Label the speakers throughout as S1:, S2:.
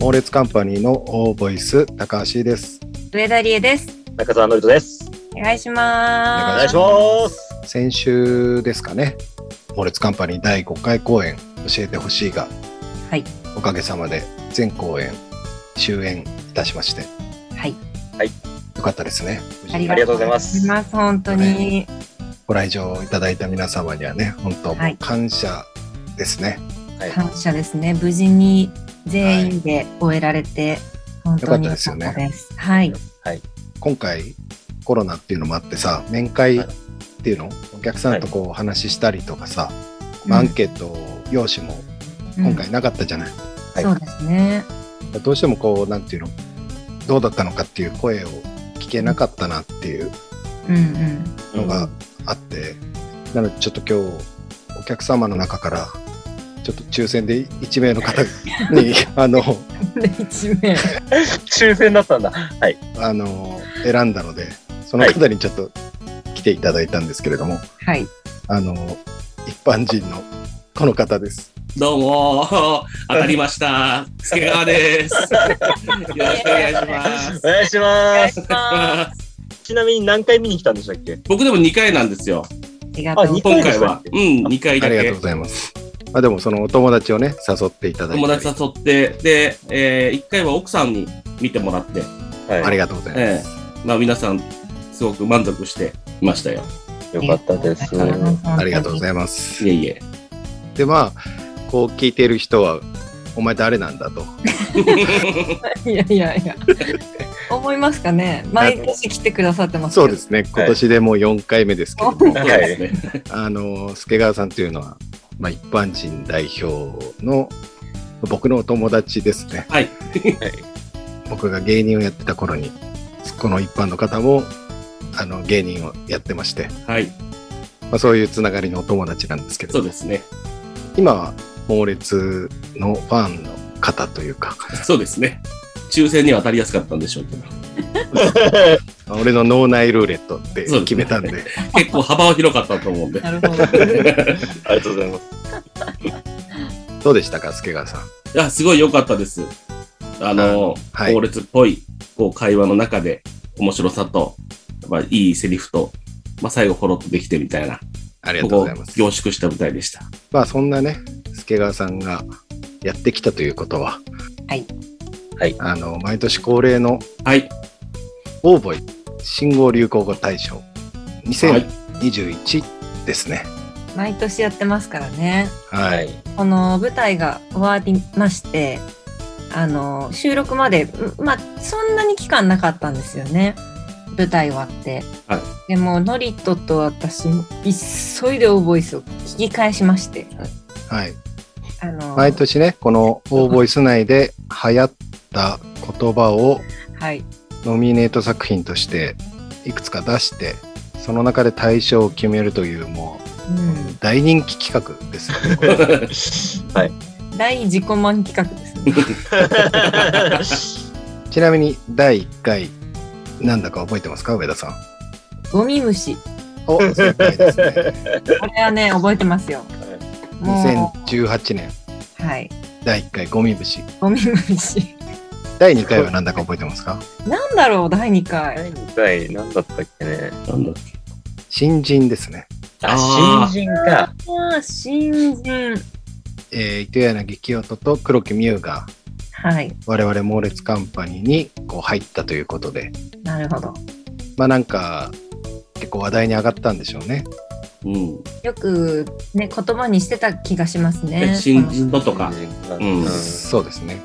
S1: 猛烈カンパニーのボイス高橋です
S2: 上田理恵です。
S3: 中澤のりとです。
S2: お願いします。
S3: お願いします。
S1: 先週ですかね猛烈カンパニー第5回公演教えてほしいが
S2: はい。
S1: おかげさまで全公演終演いたしまして
S2: はい。
S1: よかったですね無事
S2: あり
S3: がとうございます
S2: ありがとうございます。本当に。
S1: ご来場いただいた皆様にはね本当
S2: は
S1: もう
S2: い
S1: 感謝ですね、
S3: はい。
S2: 感謝ですね。無事に全員で終えられて、本当に
S1: よかったで
S2: 良
S1: すよね
S2: かったです。はい。
S1: 今回コロナっていうのもあってさ面会っていうの、お客さんとこうお話ししたりとかさ、まあアンケート用紙も
S2: うん
S1: 今回なかったじゃない、
S2: うんそうですね。
S1: どうしてもこうなんていうのどうだったのかっていう声を聞けなかったなっていう
S2: うんうん。
S1: のがあって、なのでちょっと今日お客様の中からちょっと抽選で1名の方に あの
S2: 一面。
S3: 抽選だったんだ。はい。
S1: あの選んだのでその方にちょっと来ていただいたんですけれども、
S2: はい。
S1: あの一般人のこの方です。
S4: どうも、 当たりました。助 川です。よろしくお願いします。
S3: お願いします。
S2: あ
S3: ちなみに何回見に来たんでしたっけ
S4: 僕でも2回なんですよ。
S2: りがとうござい
S4: 今回は。うん、2回
S1: あ
S4: だ
S1: りがとう
S4: け
S1: ご。ざいます。まあでもそのお友達をね誘っていただいて
S4: 友達誘って、で、え1回は奥さんに見てもらって、
S1: あり
S3: は
S1: がとうございます。
S4: ええまあ皆さん、すごく満足していましたよ。
S3: い。よかったです。
S2: ありがとうございます。
S1: ありがとうござ
S2: い
S1: います
S4: い。えいえ。
S1: でまあこう聞いている人は「お前誰なんだ」と
S2: ます。いやいやいや。思いますかね。毎年来てくださってますけ
S1: そ
S2: ど。
S1: うですね今年でもう4回目ですけども、
S3: は
S4: そう
S3: い
S4: ですね。
S1: あの助川さんというのは、まあ、一般人代表の僕のお友達ですね
S4: はい。
S1: 僕が芸人をやってた頃にこの一般の方もあの芸人をやってまして、
S4: はい。
S1: まあ、そういうつながりのお友達なんですけ
S4: そ
S1: ど
S4: うですね。
S1: 今は猛烈のファンの方というか
S4: そうですね。抽選には当たりやすかったんでしょうけど、
S1: まあ俺の脳内ルーレットって決めたんで
S4: 結構幅は広かったと思うんで。
S2: なるほど。
S3: ありがとうございます。
S1: どうでしたか助川さん
S4: いや、すごい良かったです。あの、
S1: はい
S4: 猛烈っぽい、こう、会話の中で、面白さと、まあ、いいセリフと、まあ、最後、ほろっとできてみたいな、
S1: ありが
S4: こと
S1: う
S4: こ
S1: ご
S4: を
S1: ざいます
S4: 凝縮した舞台でした。
S1: まあそんなね、助川さんがやってきたということは、
S2: はい。
S3: はい
S1: あの、毎年恒例の
S4: はい。
S1: オーボイ新語・流行語大賞
S4: はい。
S1: 2021ですね。
S2: 毎年やってますからね。
S1: はい。
S3: い。
S2: この舞台が終わりましてあの収録までうまあそんなに期間なかったんですよね舞台終わって、
S4: はい
S2: でもノリトと私急いでオーボイスを聞き返しまして
S1: はい。
S2: あの
S1: 毎年ね、このオーボイス内で流行った言葉を
S2: はい
S1: ノミネート作品としていくつか出して、その中で大賞を決めるというもう
S2: う
S1: 大人気企画ですよね。
S3: はい。
S2: ん、大自己満企画ですね
S1: ちなみに第1回、なんだか覚えてますか上田さん。
S2: ゴミ虫
S1: お、正解ですね。
S2: これはね覚えてますよも
S1: 2018年
S2: うはい
S1: 第1回ゴミ節
S2: ゴミ虫
S1: 第2回は何だか覚えてますか
S2: なんだろう第2回
S3: 第何だったっけね。
S4: なんだ
S1: 新人ですね、
S3: あ
S4: あ、ー
S3: 新人か。
S2: ああ新人
S1: えー、糸柳清人と黒木美優が
S2: はい
S1: 我々猛烈カンパニーにこう入ったということで
S2: なるほど
S1: まあなんか結構話題に上がったんでしょうね
S4: うん。
S2: よくね言葉にしてた気がしますね。
S4: 新人のとか、うん
S3: うん
S1: そうですね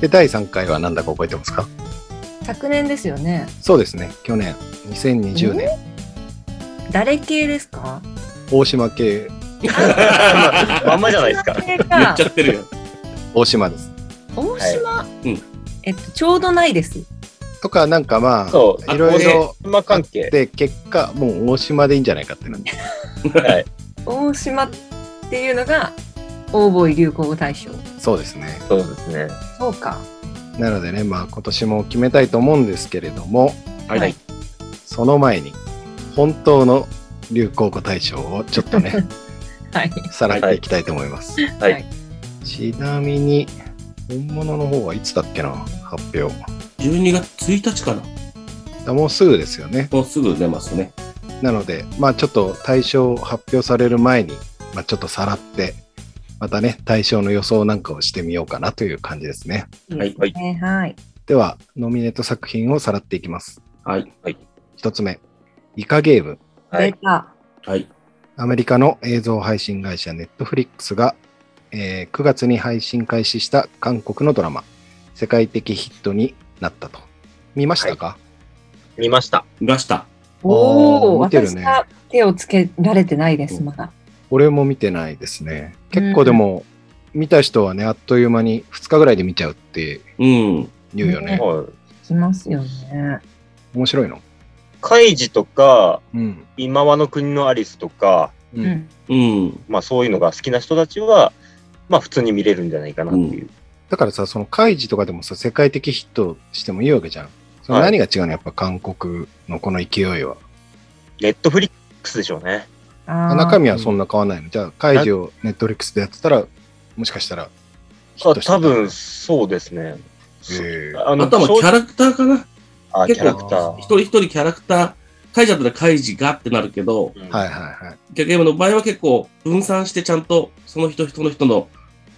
S1: で第3回は何だか覚えてますか
S2: 昨年ですよね。
S1: そうですね去年2020年
S2: 誰系ですか？
S1: 大島系
S3: まんまじゃないですか。
S2: 誰系
S4: 言
S2: か
S4: っちゃってるよ。
S1: 大島です
S2: 大島。
S4: うん
S2: えっとちょうどないです。
S1: とかなんかまあ
S3: そう。
S1: いろいろ
S3: ま関係。
S1: で結果もう大島でいいんじゃないかってなって
S3: はい。
S2: 大島っていうのが大ボイ流行語大賞。
S1: そうですね
S3: そうですね。
S2: そうか。
S1: なのでね、まあ、今年も決めたいと思うんですけれども
S4: はい。
S2: はい
S1: その前に本当の流行語大賞をちょっ とね
S2: はい。
S1: さらっていきたいと思います、
S3: はい
S2: はい
S1: ちなみに本物の方はいつだっけな、発表。
S4: 12月1日かな。
S1: だもうすぐですよね。
S4: もうすぐ出ますね。
S1: なので、まあちょっと対象発表される前に、まあちょっとさらって、またね、対象の予想なんかをしてみようかなという感じですね。
S4: は
S2: い
S4: い
S2: いですねはい。
S1: では、ノミネート作品をさらっていきます。
S4: はい。
S1: 一つ目、イカゲーム。
S3: はい
S2: 出た。
S4: はい。
S1: アメリカの映像配信会社 Netflix が、えー9月に配信開始した韓国のドラマ、世界的ヒットになったと。見ましたか、
S3: 見ました。
S4: 見ました。
S2: おお、
S1: 見てる
S2: 私
S1: ね
S2: は手をつけられてないです、まだ。
S1: 俺も見てないですね。結構でも、見た人はね、あっという間に2日ぐらいで見ちゃうって
S4: うん。
S1: 言うよね。
S3: もう
S2: 聞きますよね。
S1: 面白いの
S3: カイジとか、
S1: うん。
S3: 今和の国のアリスとか、
S1: う。
S2: うんん。
S4: うん。
S3: まあそういうのが好きな人たちは、まあ普通に見れるんじゃないかなっていう。
S1: だからさ、そのカイジとかでもさ、世界的ヒットしてもいいわけじゃん。その何が違うのやっぱ韓国のこの勢いは。
S3: ネットフリックスでしょうね。
S2: あー
S1: 中身はそんな変わんないのじゃあ、カイジをネットフリックスでやってたら、もしかしたらヒッ
S3: あ
S1: トしてた
S3: 多分そうですね。
S1: えー
S3: あ
S4: あとはまあ
S3: 正
S4: キャラクターかな。
S3: あキ
S4: 結
S3: ャ
S4: 構
S3: ラクター
S4: 一。人一人キャラクター、カイジだったらカイジがってなるけど、
S3: うん
S1: はいはいはい。
S4: ゲームの場合は結構分散してちゃんとその人人の人の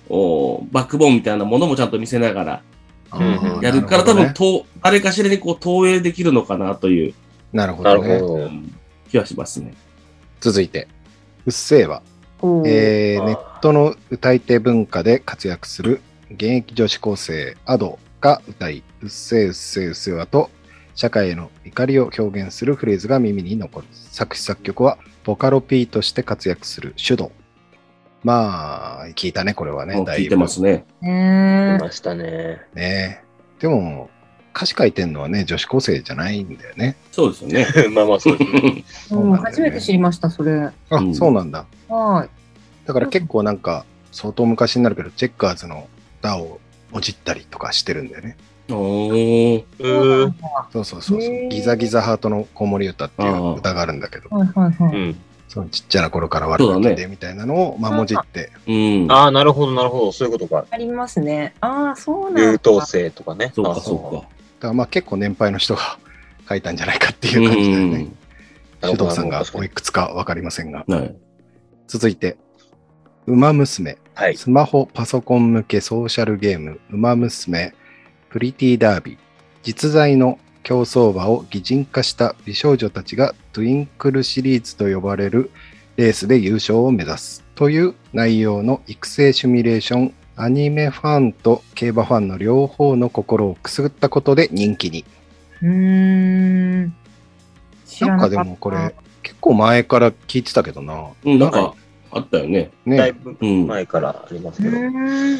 S4: おーバックボーンみたいなものもちゃんと見せながら
S1: あ
S3: うん
S1: ー
S4: やるから多分
S1: なほどね
S4: と、誰かしらにこう投影できるのかなという
S1: なるほ
S3: な
S1: ど
S3: る
S1: ね。
S3: ほど。
S4: 気はしますね。
S1: 続いて、うっせぇわ。
S2: おー
S1: えー
S3: あー
S1: ネットの歌い手文化で活躍する現役女子高生アドが歌い、うっせぇうっせぇうっせぇわと、社会への怒りを表現するフレーズが耳に残る。作詞作曲は、ボカロ P として活躍するシュド。まあ、聞いたね、これはね。
S4: もう聞いてますね。
S2: ね
S3: 見ましたね。
S1: だい ぶね。でも、歌詞書いてんのはね、女子高生じゃないんだよね。
S4: そうですよ ね。
S3: まあまあそうですね。
S2: え。
S1: う
S2: う
S1: なんだよ
S2: ん、
S1: ね
S2: 初めて知りました、それ。
S1: あ、
S4: うん
S1: そうなんだ。
S2: はい。
S1: だから結構なんか相当昔になるけど、チェッカーズの歌をもじったりとかしてるんだよね。
S4: おー
S3: う
S2: そう
S3: ー
S2: なん
S3: ん。
S2: だは
S1: そうそうそうそう
S2: へー
S1: ギザギザハートの子守歌ってい
S4: あ
S1: う
S4: ー
S1: 歌があるんだけど、
S2: いはいは
S3: う
S2: い。
S3: ん。
S1: そのちっちゃな頃から我々
S4: そうだ
S1: でみたいなのをまあもじって、
S4: うん。
S3: ああ、なるほど、なるほど。そういうことか。
S2: ありますね。ああ、そうなん
S3: 優
S2: だ。
S3: 等生とかね。
S4: そう
S3: あ
S4: か、そう
S1: だからまあ結構年配の人が書いたんじゃないかって
S4: か。
S1: いう感じだよね。
S4: うん
S3: なる
S1: 主
S3: ほど
S1: 導さんが
S3: 確か
S1: お
S3: に
S1: いくつかわかりませんが、
S4: はい。
S1: 続いて、ウマ娘、
S3: はい。
S1: スマホ、パソコン向けソーシャルゲーム、ウマ娘、プリティダービー、実在の競走馬を擬人化した美少女たちがトゥインクルシリーズと呼ばれるレースで優勝を目指すという内容の育成シミュレーション、アニメファンと競馬ファンの両方の心をくすぐったことで人気に。
S2: うーん。知
S1: な
S2: ら
S1: ん
S2: なか
S1: か
S2: った
S1: でもこれ、結構前から聞いてたけどな。
S4: うん、なんか
S3: は
S4: あったよね。
S3: だ
S1: ね、
S3: いぶ
S4: うん。
S3: 前からあります
S2: う
S3: けど。
S2: ーん。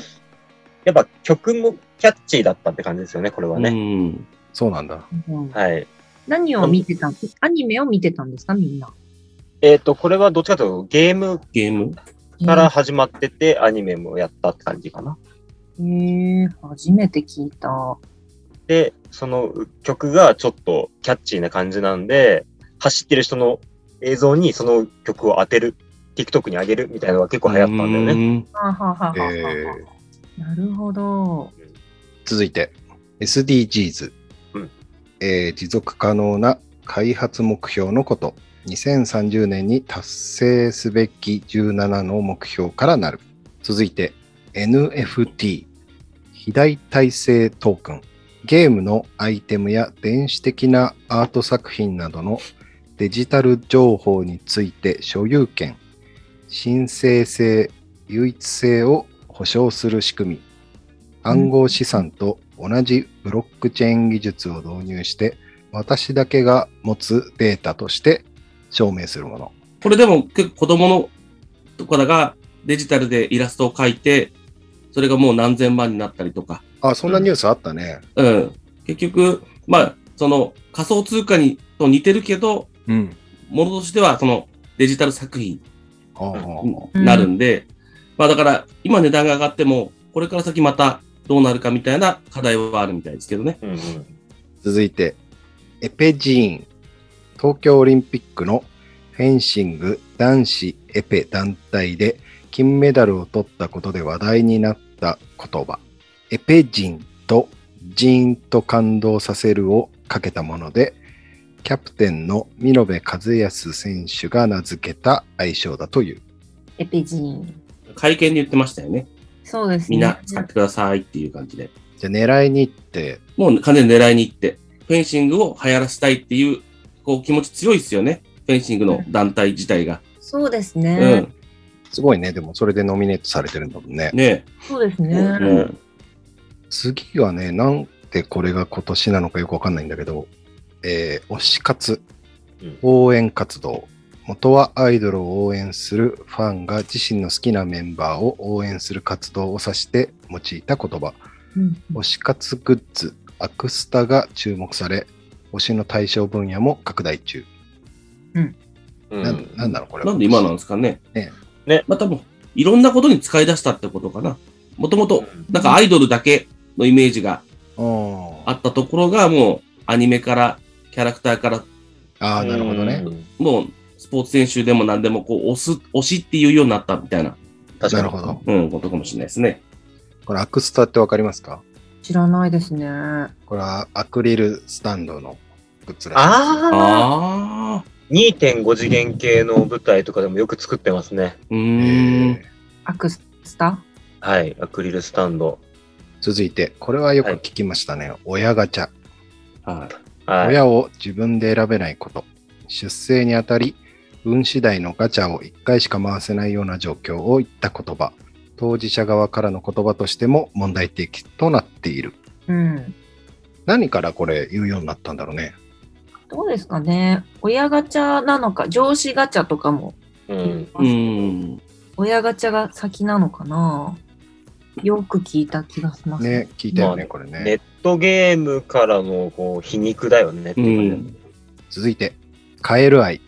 S3: やっぱ曲もキャッチーだったって感じですよね、これは
S4: う
S3: ね。
S4: ん。
S1: そうなんだ。
S2: うん
S3: はい。
S2: 何を見てたんアニメを見てたんですか、みんな。
S3: えっ、と、これはどっちかというとゲーム
S4: ゲーム
S3: から始まってて、アニメもやったって感じかな。
S2: えー、初めて聞いた。
S3: で、その曲がちょっとキャッチーな感じなんで、走ってる人の映像にその曲を当てる、TikTok に上げるみたいなのが結構流行ったんだよね。
S4: ね。
S2: はあ、はあはあはあはあ
S1: えー
S2: なるほど。
S1: 続いて SDGs、
S3: うん
S1: えー持続可能な開発目標のこと2030年に達成すべき17の目標からなる続いて NFT 肥大体制トークンゲームのアイテムや電子的なアート作品などのデジタル情報について所有権申請性唯一性を保障する仕組み暗号資産と同じブロックチェーン技術を導入して私だけが持つデータとして証明するもの
S4: これでも結構子供のところがデジタルでイラストを描いて、それがもう何千万になったりとか。
S1: あそんなニュースあったね
S4: うん。結局、まあ、その仮想通貨にと似てるけど、
S1: うん
S4: ものとしてはそのデジタル作品
S1: ああ
S4: になるんで、まあだから今値段が上がっても、これから先またどうなるかみたいな課題はあるみたいですけどね。
S3: うんうん
S1: 続いてエペジーン東京オリンピックのフェンシング男子エペ団体で金メダルを取ったことで話題になった言葉エペジンとジーンと感動させるをかけたもので、キャプテンの見延和康選手が名付けた愛称だという。
S2: エペジーン。
S4: 会見で言ってましたよね。
S2: そうですね。
S4: みんな使ってくださいっていう感じで。
S1: じゃあ狙いに行って、
S4: もう完全に狙いに行って、フェンシングを流行らせたいっていう、こう気持ち強いですよね。フェンシングの団体自体が。
S2: そうです
S4: う
S2: ね。
S4: ん。
S1: すごいね、でもそれでノミネートされてるんだもんね。
S4: ね
S2: そうです
S4: え。
S2: ね。
S4: うん。
S1: 次はね、なんでこれが今年なのかよくわかんないんだけど、えー推し活
S3: うん、
S1: 応援活動。元はアイドルを応援するファンが自身の好きなメンバーを応援する活動を指して用いた言葉。
S2: うん
S1: 推し活グッズ、アクスタが注目され、推しの対象分野も拡大中。
S3: う
S1: なんん、なんだろう、これは。
S4: なんで今なんですかね。
S1: ね
S3: ね
S4: まあ多分、いろんなことに使い出したってことかな。もともと、なんかアイドルだけのイメージが
S1: うん
S4: あったところが、もうアニメから、キャラクターから、
S1: ああ、なるほどね。
S3: うん。
S4: もうスポーツ選手でも何でも、こう、押す、押しっていうようになったみたいな、
S3: 確
S1: な
S3: か
S1: る
S3: に。
S1: ほど。
S4: うん、ことかもしれないですね。
S1: これ、アクスタってわかりますか
S2: 知らないですね。
S1: これはアクリルスタンドのグッズらしいです
S3: ああ
S4: ああ。
S3: !2.5 次元系の舞台とかでもよく作ってますね。
S4: うーん。
S2: アクスタ
S3: はい。アクリルスタンド。
S1: 続いて、これはよく聞きましたね。親ガチャ。
S4: はい。
S3: はい。
S1: 親を自分で選べないこと。出生にあたり、運次第のガチャを1回しか回せないような状況を言った言葉。当事者側からの言葉としても問題的となっている。
S2: うん。
S1: 何からこれ言うようになったんだろうね。
S2: どうですかね。親ガチャなのか、上司ガチャとかも、
S3: うん。
S4: うーん。
S2: 親ガチャが先なのかな。よく聞いた気がします。
S1: ね、聞いたよね、
S3: まあ
S1: これね
S3: ネットゲームからのこう皮肉だよねって
S4: う
S3: いうかね
S4: ん。
S1: 続いて、カエル愛。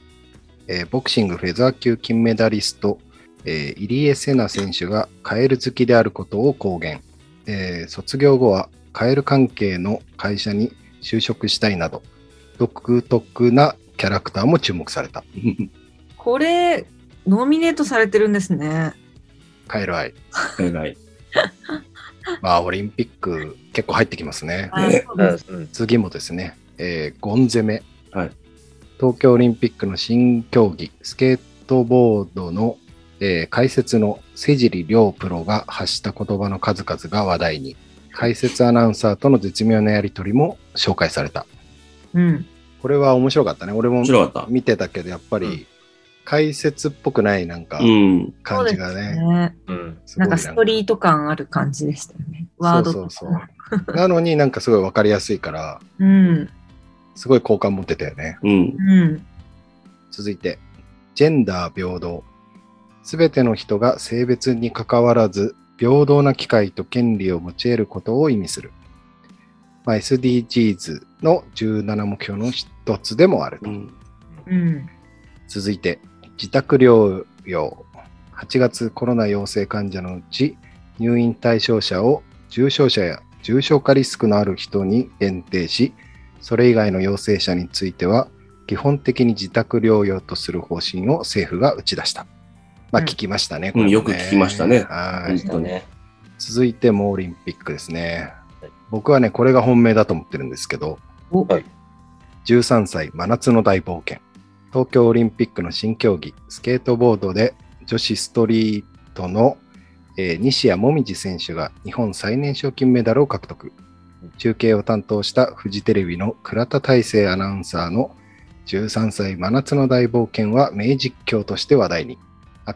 S1: えーボクシングフェザー級金メダリスト、えー入江聖奈選手がカエル好きであることを公言。えー卒業後はカエル関係の会社に就職したいなど、独特なキャラクターも注目された。
S2: これ、ノミネートされてるんですね。
S1: カエル愛。
S4: 偉い。
S1: まあ、オリンピック結構入ってきますね。
S2: あそう
S3: う
S2: で
S3: ん
S2: す
S3: うん
S1: 次もですね、えーゴン攻め、
S4: はい
S1: 東京オリンピックの新競技スケートボードの、えー解説の瀬尻亮プロが発した言葉の数々が話題に解説アナウンサーとの絶妙なやり取りも紹介された
S2: うん。
S1: これは面白かったね俺も
S4: 面白かっ
S1: 見てたけどやっぱ
S4: う
S1: り解説っぽくないなんか
S4: た。うん。
S1: 感じが
S2: そうで
S1: ね
S2: す、ね。
S3: うん。
S1: すご
S2: ないんかストリート感ある感じでしたよね。ワードと
S1: そう
S2: か
S1: そうそうなのになんかすごい分かりやすいから
S2: うん。
S1: すごい好感持ってたよね
S4: うん。
S2: うん。
S1: 続いて、ジェンダー平等。すべての人が性別に関わらず、平等な機会と権利を持ち得ることを意味する。まあ、SDGs の17目標の一つでもあると。
S4: うん。
S2: うん。
S1: 続いて、自宅療養。8月コロナ陽性患者のうち、入院対象者を重症者や重症化リスクのある人に限定し、それ以外の陽性者については、基本的に自宅療養とする方針を政府が打ち出した。まあ、
S2: うん
S1: 聞きましたね、
S4: うん
S1: これもね
S4: よく聞きましたね
S1: はい、
S4: 本
S3: そ
S4: 当
S3: う
S4: に。
S3: ね。
S1: 続いてもオリンピックですね
S3: はい。
S1: 僕はね、これが本命だと思ってるんですけど、
S2: お
S3: はい
S1: 13歳真夏の大冒険東京オリンピックの新競技スケートボードで女子ストリートの、えー西矢椛選手が日本最年少金メダルを獲得中継を担当したフジテレビの倉田大成アナウンサーの13歳真夏の大冒険は名実況として話題に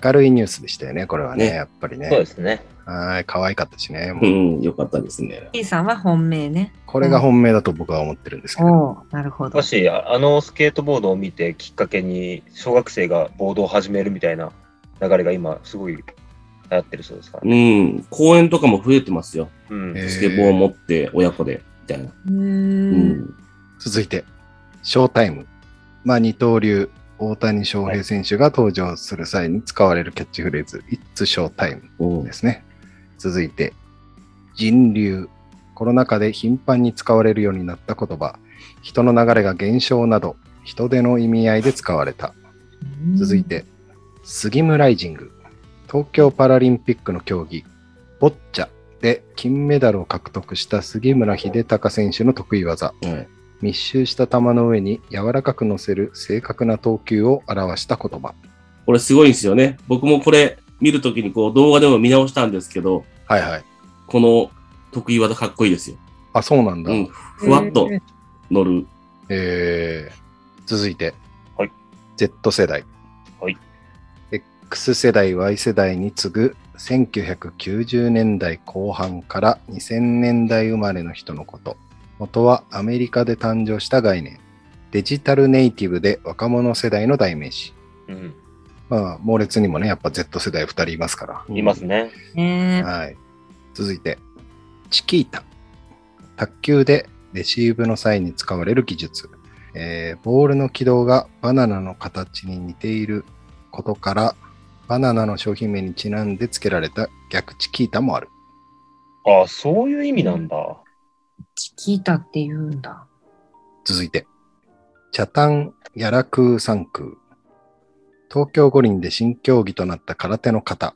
S1: 明るいニュースでしたよねこれはね
S4: ね
S1: やっぱりね
S3: そうですね。
S1: はい可愛かったしねもう
S4: うん。よかったですね。
S2: P さんは本命ね。
S1: これが本命だと僕は思ってるんですけど、
S2: おおなるほど
S3: も。し、ああのスケートボードを見てきっかけに、小学生がボードを始めるみたいな流れが今、すごい流行ってるそうですからね。
S4: うん。公園とかも増えてますよ。
S3: うん。
S1: えー
S4: スケボーを持って、親子で、みたいな。
S2: う。
S4: うんん。
S1: 続いて、ショータイム。まあ、二刀流、大谷翔平選手が登場する際に使われるキャッチフレーズ、It's Showtime
S4: うん
S1: で。すね。続いて、人流。コロナ禍で頻繁に使われるようになった言葉、人の流れが減少など、人手の意味合いで使われた。続い。て、スギムライジング。東京パラリンピックの競技、ボッチャで金メダルを獲得した杉村英孝選手の得意技、
S4: はい
S1: 密集した球の上に柔らかく乗せる正確な投球を表した言葉。
S4: これすごいんですよね。僕もこれ見るときにこう動画でも見直したんですけど、
S1: はいはい。
S4: この得意技かっこいいですよ。
S1: あ、そうなんだ。
S4: うん。ふわっと
S2: えー
S4: 乗る。
S1: えー続いて、
S3: はい
S1: Z 世代、
S3: はい、
S1: X 世代 Y 世代に次ぐ1990年代後半から2000年代生まれの人のこと元はアメリカで誕生した概念デジタルネイティブで若者世代の代名詞
S3: うん。
S1: まあ猛烈にもねやっぱ Z 世代2人いますか
S3: いますね。
S2: ね
S1: ら、はい、続いてチキータ卓球でレシーブの際に使われる技術、えーボールの軌道がバナナの形に似ていることからバナナの商品名にちなんで付けられた逆チキータもある
S3: ああ、そういう意味なんだ。
S2: チキータって言うんだ。
S1: 続いて茶炭やら空三空東京五輪で新競技となった空手の方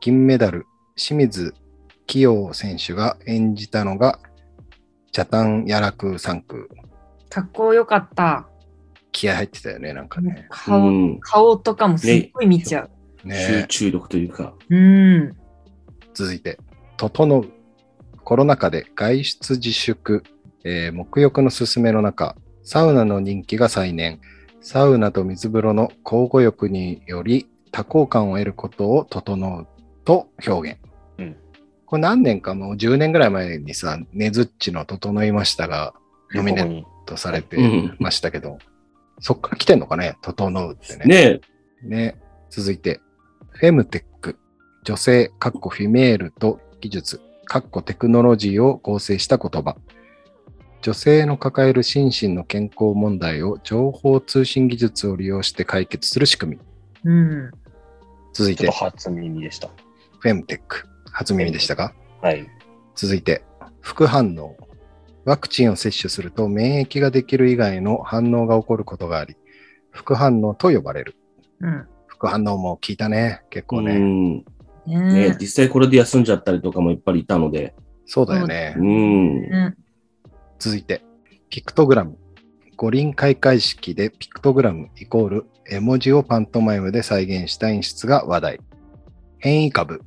S1: 銀メダル清水希容選手が演じたのが茶炭やら空三空
S2: 格好良かった。
S1: 気合入ってたよねなんかね
S4: う
S2: 顔、
S4: ん。
S2: 顔とかもすっごい見ちゃう。
S1: ね
S4: 集中力というか。
S2: うん。
S1: 続いて、整う。コロナ禍で外出自粛、えー、沐浴の勧めの中、サウナの人気が再燃。サウナと水風呂の交互浴により多幸感を得ることを整うと表現。
S3: うん
S1: これ何年かもう10年ぐらい前にさ、ねずっちの整いましたが、ノミネー
S3: ート。
S1: トされ
S4: う
S1: て
S4: ん。
S1: ましたけど、そっから来てんのかね、整うって
S4: ねえ、
S1: ね。続いて、フェムテック。女性、カッコフィメールと技術、カッコテクノロジーを合成した言葉。女性の抱える心身の健康問題を情報通信技術を利用して解決する仕組み。
S2: うん。
S1: 続い
S3: ち
S1: て
S3: ょっと、初耳でした。
S1: フェムテック。初耳でしたか
S3: はい。
S1: 続いて、副反応。ワクチンを接種すると免疫ができる以外の反応が起こることがあり、副反応と呼ばれる。
S2: うん。
S1: 副反応も聞いたね。結構ね。
S4: うん。
S2: ね
S4: ね実際これで休んじゃったりとかもいっぱいいたので。
S1: そうだよね。
S4: うん。
S2: ね
S1: 続いて、ピクトグラム。五輪開会式でピクトグラムイコール絵文字をパントマイムで再現した演出が話題。変異株。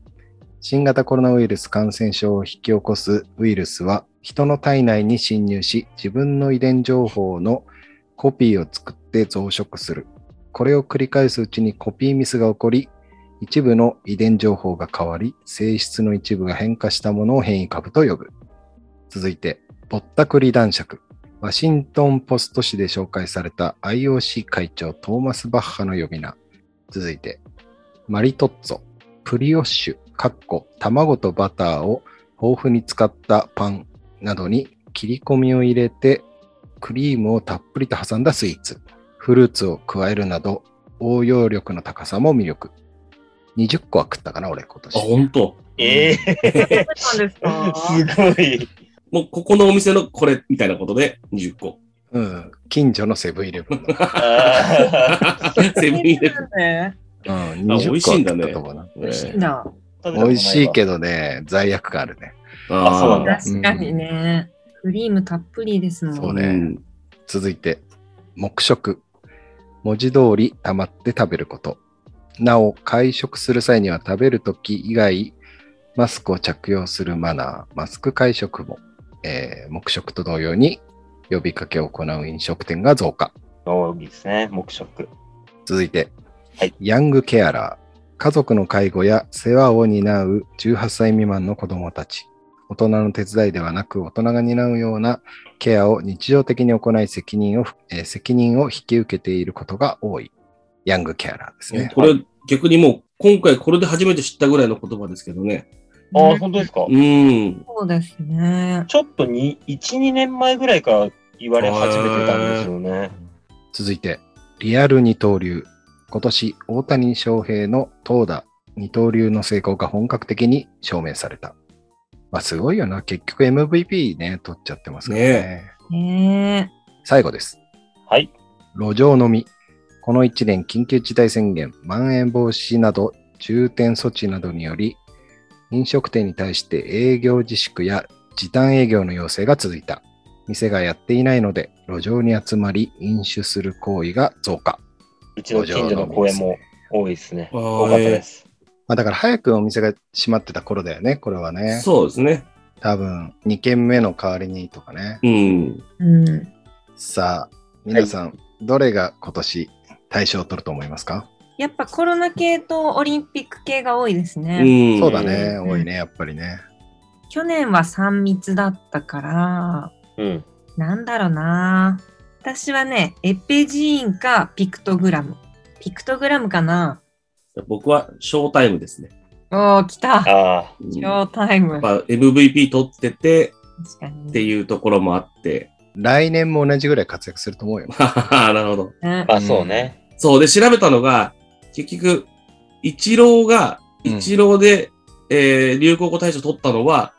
S1: 新型コロナウイルス感染症を引き起こすウイルスは人の体内に侵入し自分の遺伝情報のコピーを作って増殖する。これを繰り返すうちにコピーミスが起こり、一部の遺伝情報が変わり、性質の一部が変化したものを変異株と呼ぶ。続いて、ぼったくり男爵。ワシントン・ポスト紙で紹介された IOC 会長トーマス・バッハの呼び名。続いて、マリトッツォ、プリオッシュ、かっこ卵とバターを豊富に使ったパンなどに切り込みを入れて、クリームをたっぷりと挟んだスイーツ、フルーツを加えるなど、応用力の高さも魅力。20個は食ったかな、俺、今
S4: あ、
S1: 年。
S4: ほんと。
S3: ええ
S2: えそうなんですか
S3: すごい。
S4: もうここのお店のこれみたいなことで20個。
S1: うん。近所のセブンイレブンの。
S3: あ
S4: セブンイレブン。
S2: ね
S1: うん、
S4: あ
S1: 20
S4: 美味し
S1: 個はい
S4: んだ
S1: 食っ
S4: ね
S1: たと思うな。
S2: 美味しいんだ。
S3: ー
S1: 美味しいけどね、罪悪感あるね。
S3: あそうなんだ
S2: 確かにね。クリームたっぷりですもん。
S1: そう
S4: う
S1: ね
S4: ん
S1: 続いて、黙食。文字通り溜まって食べること。なお、会食する際には食べるとき以外、マスクを着用するマナー、マスク会食も、えー黙食と同様に呼びかけを行う飲食店が増加。
S3: 多いですね、黙食。
S1: 続いて、
S3: はい
S1: ヤングケアラー。家族の介護や世話を担う18歳未満の子供たち。大人の手伝いではなく、大人が担うようなケアを日常的に行い責任を、えー責任を引き受けていることが多い。ヤングケアラーですね。
S4: これ逆にもう今回これで初めて知ったぐらいの言葉ですけどね。
S3: ああ、本当ですか。
S4: うん。
S2: そうですね。
S3: ちょっとに1、2年前ぐらいから言われ始めてたんですよね。
S1: 続いて、リアル二刀流。今年、大谷翔平の投打二刀流の成功が本格的に証明された。まあ、すごいよな。結局 MVP ね、取っちゃってますから
S4: ね
S1: ね
S2: ね
S1: 最後です。
S3: はい。
S1: 路上飲み。この1年緊急事態宣言、まん延防止など重点措置などにより、飲食店に対して営業自粛や時短営業の要請が続いた。店がやっていないので、路上に集まり飲酒する行為が増加。
S3: うちの近所の公園も多いですね。
S4: あー
S3: 多かったです。
S1: まあ、だから早くお店が閉まってた頃だよね、これはね。
S4: そうですね。
S1: 多分、2軒目の代わりにとかね。
S4: うん。
S2: うん。
S1: さあ、皆さん、どれが今年大賞を取ると思いますか、
S2: やっぱコロナ系とオリンピック系が多いです
S4: う
S2: ね。
S4: ん。
S1: そうだね、
S2: うん
S1: 多いね、やっぱりね。
S2: 去年は3密だったから、
S3: うん。
S2: なんだろうな。私はね、エペジーンかピクトグラム。ピクトグラムかな。
S4: 僕はショータイムですね。
S2: おー、来た。シ
S3: あ
S4: うんや
S2: ョータイム。確
S4: っぱ MVP 取ってて
S2: かに。
S4: っていうところもあって。
S1: 来年も同じぐらい活躍すると思うよ。
S4: なるほど。
S2: ね
S3: あ、あ、そうね。
S4: そう。で、調べたのが、結局、イチローが、
S1: うん
S4: イチローで、えー流行語大賞取ったのは、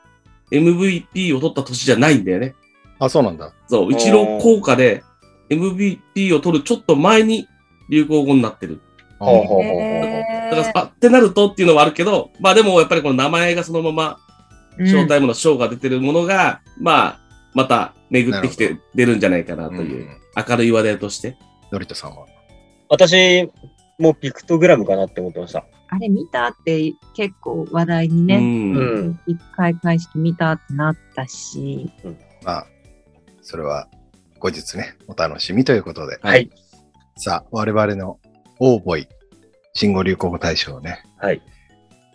S4: MVP を取った年じゃないんだよね。
S1: あ、そうなんだ。
S4: そう、イチロー効果で、MVP を取るちょっと前に流行語になってる。
S3: ほうほうほうほう。
S4: だから
S2: へ、
S4: あ、ってなるとっていうのはあるけど、まあでもやっぱりこの名前がそのまま
S2: ー
S4: ショータイムのショーが出てるものが、まあ、また巡ってき
S1: な
S4: て出るんじゃないかなと
S1: う、
S4: いうん明るい話題として。
S1: ノリトさんは。
S3: 私、もうピクトグラムかなって思ってました。
S2: あれ見たって結構話題に
S4: う。
S2: ね、
S3: うんん。
S2: 一回開会式見たってなったし、
S1: まあ、それは後日ね、お楽しみということで。
S3: はい。
S1: さあ、我々のオーボイ、新語・流行語大賞をね、
S3: はい。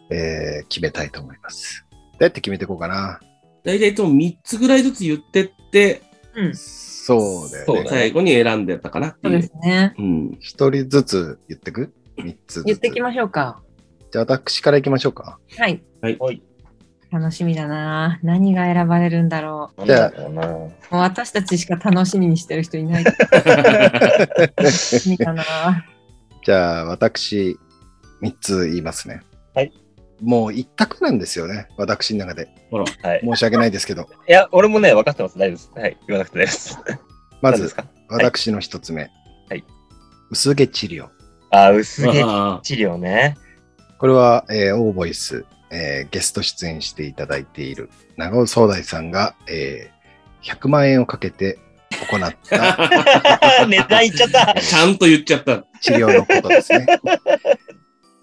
S1: えー決めたいと思います。どうやって決めていこうかな。
S4: 大体いつも3つぐらいずつ言ってって、
S2: うん、
S1: そ
S2: そ
S1: うだよ
S3: そうだ
S1: ね。
S4: 最後に選んでたかなって
S2: う
S4: い
S2: です
S4: う。
S2: ね。
S4: うん。
S1: 一人ずつ言ってく三つずつ。
S2: 言ってきましょうか。
S1: じゃあ、私からいきましょうか。
S2: はい。
S3: はい。
S2: 楽しみだな。何が選ばれるんだろ
S3: なんだろうな。
S2: う。もう私たちしか楽しみにしてる人い ない。楽しみだな。
S1: じゃあ、私、三つ言いますね。
S3: はい。
S1: もう一択なんですよね。私の中で。
S3: はい。
S1: 申し訳ないですけど。
S3: いや、俺もね、分かってます。大丈夫です。はい。言わなくて大丈夫です。
S1: ま
S3: 何で
S1: ず
S3: す、か
S1: 私の一つ目。
S3: はい。
S1: 薄毛治療。
S3: あ、薄毛
S4: あ
S3: 治療 ね。
S1: これは、えーオーボイス、えーゲスト出演していただいている長尾壮大さんが、えー100万円をかけて行った
S3: 値段いっちゃった
S4: あ。。ちゃんと言っちゃった。
S1: 治療のことです ね。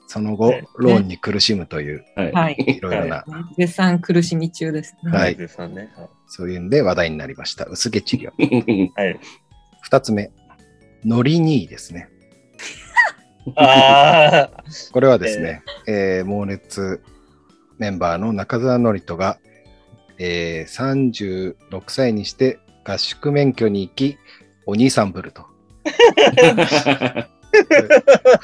S1: その後、ローンに苦しむという、
S4: はい。
S2: はい。
S1: いろいろな、
S2: 絶賛苦しみ中です。
S1: はい
S3: 水さんね。
S1: そういうんで話題になりました。薄毛治療。
S3: はい。
S1: 二つ目、ノリニーですね。
S3: ああ。
S1: これはですね、えー猛烈メンバーの中澤典人が、えー36歳にして合宿免許に行き、お兄さんぶると。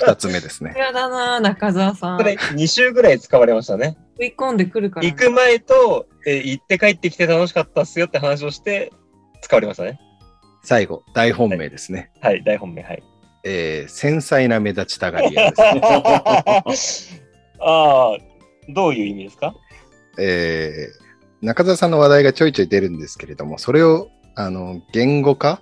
S1: 二つ目です ね。
S2: 嫌だな、中澤さん。
S3: これ
S2: 食
S3: 2週ぐらい使われましたね。
S2: い込んでくるから。
S3: 行く前と、えー行って帰ってきて楽しかったっすよって話をして、使われましたね。
S1: 最後、大本命ですね。
S3: はい、大本命、 はい。
S1: えー繊細な目立ちたがり屋ですね。
S3: ああ、どういう意味です か
S1: えー中澤さんの話題がちょいちょい出るんですけれども、それをあの言語化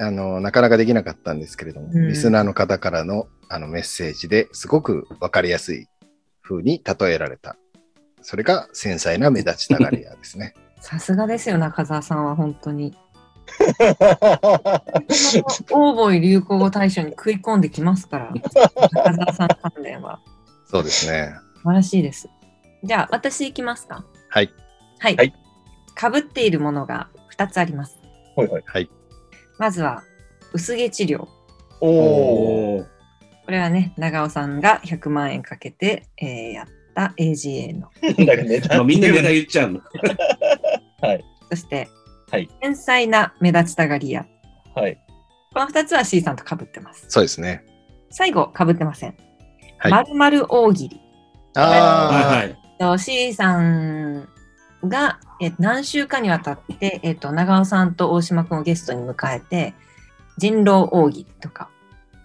S1: あの、なかなかできなかったんですけれども、
S2: うん
S1: リスナーの方からのあのメッセージですごく分かりやすい風に例えられた。それが繊細な目立ちたがり屋ですね。
S2: さすがですよ、中澤さんは本当に。
S3: は
S2: オーボイ流行語大賞に食い込んできますから、中澤さん関連は。
S1: そうですね。
S2: 素晴らしいです。じゃあ、私行きますか。
S1: はい。
S2: はい。
S3: はい
S2: かぶっているものが2つあります。
S3: いはい。
S2: まずは、薄毛治療。
S3: おお。
S4: おー
S2: これはね、長尾さんが100万円かけて、えーやった AGA の。
S3: なんかネタ
S4: まあみんな値段言っち ゃうの。
S2: そして、
S3: はい
S2: 繊細な目立ちたがり屋。
S3: はい。
S2: この2つは C さんとかぶってます。
S1: そうですね。
S2: 最後、かぶってません。
S1: はい
S2: まるまる大喜利。
S1: あ
S4: は
S1: あ、
S4: い
S2: と C さんが、えー何週間にわたって、えー、と長尾さんと大島君をゲストに迎えて人狼奥義とか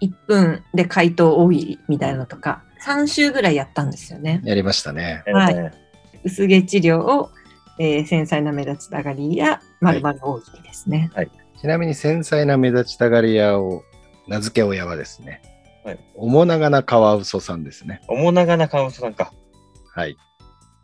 S2: 1分で回答大喜利みたいなのとか3週ぐらいやったんですよね。
S1: やりましたね。
S2: はい薄毛治療を、えー繊細な目立ちたがりやまるまる大喜利ですね。
S1: ちなみに繊細な目立ちたがり屋を名付け親はですね、
S3: はい
S1: 面長なカワウソさんですね。
S3: 面長なカウンさんか。
S1: はい。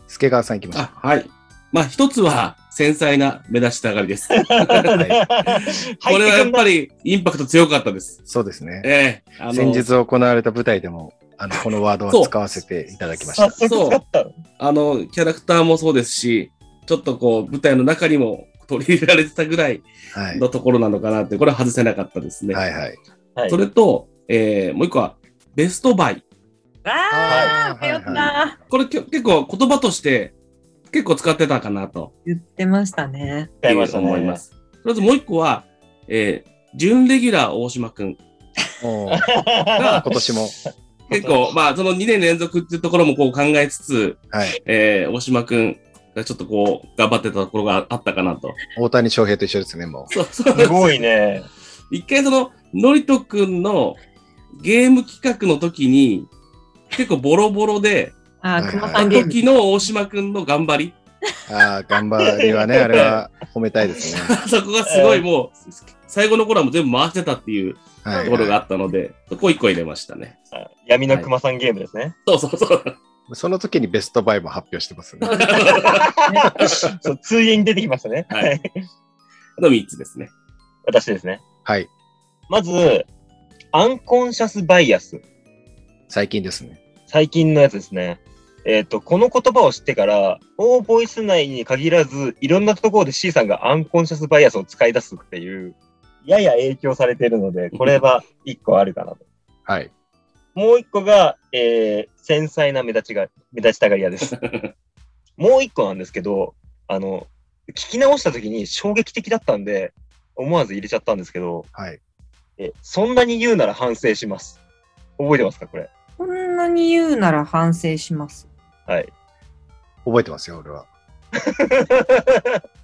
S1: 助川さんいきましょう。
S4: あ、はい。まあ、一つは繊細な目立ちたが りです。こ
S3: こ
S4: れはやっぱりインパクト強かったです。
S1: そうですね。
S4: ええあの
S1: 先日行われ舞台でもあ のこのワードは使わせていただきました。
S3: 早速使ったの
S4: あの、キャラクターもそうですし、ちょっとこう、舞台の中にも取り入れられてたぐらい
S1: はい、
S4: のところなのかなって、これは外せなかったですね。
S1: はいはい。
S3: はい
S4: それと、えーもう一個は、ベストバイ。
S2: あ
S1: は
S2: あ、
S1: い
S2: 迷
S1: はい
S2: った、
S4: これきょ結構言葉として結構使ってたかなと
S2: 言ってましたね。
S3: 使いましたね。
S4: 思いま。す。とりあえずもう一個は、えー準レギュラー大島くん。
S1: おー
S4: が
S1: 今年も。
S4: 結構、まあ、その2年連続っていうところもこう考えつつ、
S1: はい。
S4: えー大島くんがちょっとこう、頑張ってたところがあったかなと。
S1: 大谷翔平と一緒ですね、も
S4: そうそう
S3: すごいね。
S4: 一回その、のりとくんのゲーム企画の時に、結構ボロボロで、
S1: は
S2: あ
S1: いは
S2: あ、
S1: い
S2: 熊さん
S4: あの
S2: ゲーム。
S4: 時の大島くんの頑張り、
S1: う。ああ、頑張りはね、あれは褒めたいですね。
S4: そこがすごいもう、最後の頃はもう全部回してたっていう
S1: はい、
S4: ところがあったので、そこ一個入れましたね。
S3: 闇の熊さんゲームですね。
S4: そうそうそう。
S1: その時にベストバイも発表して ますね。
S3: そう、通夜に出てきましたね。
S4: はい
S3: はい。
S4: の3つですね。
S3: 私ですね。
S1: はい。
S3: まず、アンコンシャスバイアス。
S1: 最近ですね。
S3: 最近のやつですね。えっ、と、この言葉を知ってから、オーボイス内に限らず、いろんなところで C さんがアンコンシャスバイアスを使い出すっていう、やや影響されているので、これは一個あるかなと。
S1: はい。
S3: もう一個が、えー、繊細な目立ちが、目立ちたがり屋です。もう一個なんですけど、あの、聞き直した時に衝撃的だったんで、思わず入れちゃったんですけど、
S1: はい。
S3: えそんなに言うなら反省します。覚えてますかこれ。
S2: こんなに言うなら反省します。
S3: はい。
S1: 覚えてますよ、俺は。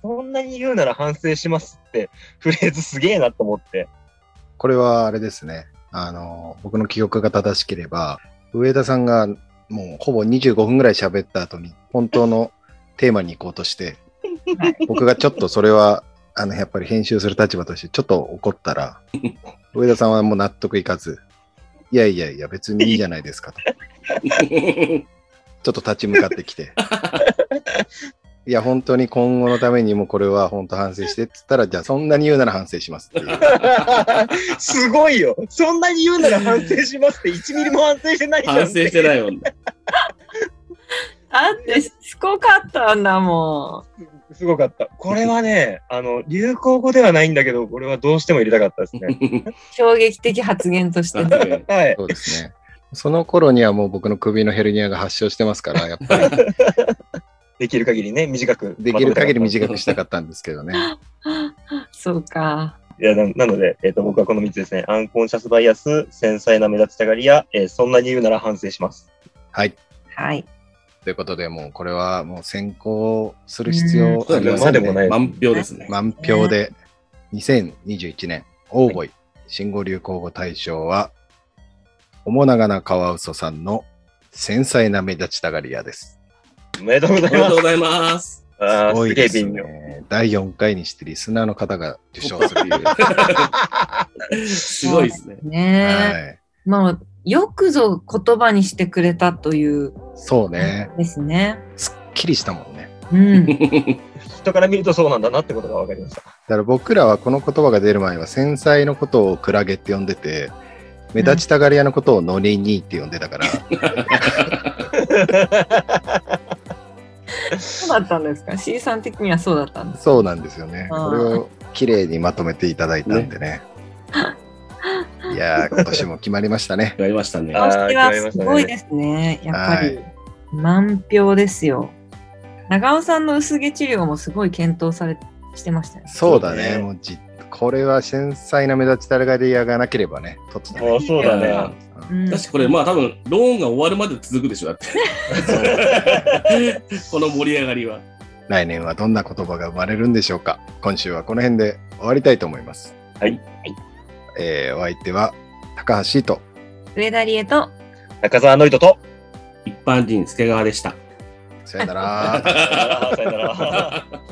S3: そんなに言うなら反省しますってフレーズすげえなと思って。
S1: これはあれですね。あの、僕の記憶が正しければ、上田さんがもうほぼ25分ぐらい喋った後に、本当のテーマに行こうとして、僕がちょっとそれは、あの、やっぱり編集する立場としてちょっと怒ったら、上田さんはもう納得いかず、いやいやいや、別にいいじゃないですかと。ちょっと立ち向かってきて。いや、本当に今後のためにもこれは本当反省してって言ったら、じゃあそんなに言うなら反省しますっていう。
S3: すごいよ。そんなに言うなら反省しますって1ミリも反省 してないじゃん。
S4: 反省してないもん。
S2: だってしつこかったんだも
S3: すごかった。これはね、あの、流行語ではないんだけど、これはどうしても入れたかったです ね。
S2: ん。衝撃的発言として。
S3: はい。
S1: そうですね。その頃にはもう僕の首のヘルニアが発症してますから、やっぱり
S3: できる限りね、短く。
S1: できる限り
S3: まとめた
S1: 短
S3: かっ
S1: くしたかったんですけ どね。
S2: そうか。
S3: たいやな、なので、えっ、と、僕はこの3つですね。アンコンシャスバイアス、繊細な目立ちたがりや、えーそんなに言うなら反省します。
S1: はい。
S2: はい。
S1: ということで、もうこれはもう先行する必要ありま
S3: ま
S1: せ
S3: あ
S1: ん
S3: でも
S1: ね。
S3: ない。
S4: 満票ですね。
S1: 満票で2021年、大ボイ新語・流行語大賞は、面長なカワウソさんの繊細な目立ちたがり屋です。
S3: おめでとうご
S4: あ
S3: ざ
S4: り
S3: い
S4: が
S3: ます
S4: とうご。ざいます。
S3: あー
S1: 多
S3: す
S1: い
S3: げえ
S1: です
S3: 微妙。
S1: ね。第4回にしてリスナーの方が受賞すると いう。
S4: すごい ですね。
S2: ねえ。
S1: はい、
S2: まあ、よくぞ言葉にしてくれたという
S1: そうね。
S2: ですね。
S1: すっきりしたもんね。
S2: うん。
S3: 人から見るとそうなんだなってことが分かりました。
S1: だから僕らはこの言葉が出る前は繊細のことをクラゲって呼んでて目立ちたがり屋のことをノリニーって呼んでたから、
S2: そうだったんですか ?C さん的にはそうだったんです。
S1: そうなんですよね
S2: あー
S1: これを綺麗にまとめていただいたんでねいやー今年も決まりましたね
S4: やりましたね。
S3: あー
S2: 私はすごいですね。やっぱり満票ですよ。長尾さんの薄毛治療もすごい検討されしてましたよね。
S1: そうだね
S3: そうね
S1: もうじこれは繊細な目立ちたがり屋がなければねとっつだね
S3: もうそうだ
S4: い
S3: ね
S4: や。
S1: うん
S2: うん
S4: だしこれ、まあ多分、ローンが終わるまで続くでしょ、だって。この盛り上がりは。
S1: 来年はどんな言葉が生まれるんでしょうか今週はこの辺で終わりたいと思います
S3: はい
S4: い
S1: えーお相手は高橋と
S2: 上田理恵と
S3: 中澤のりとと。
S4: 一般人、助川でした。
S1: さよなら
S3: さよならさよなら。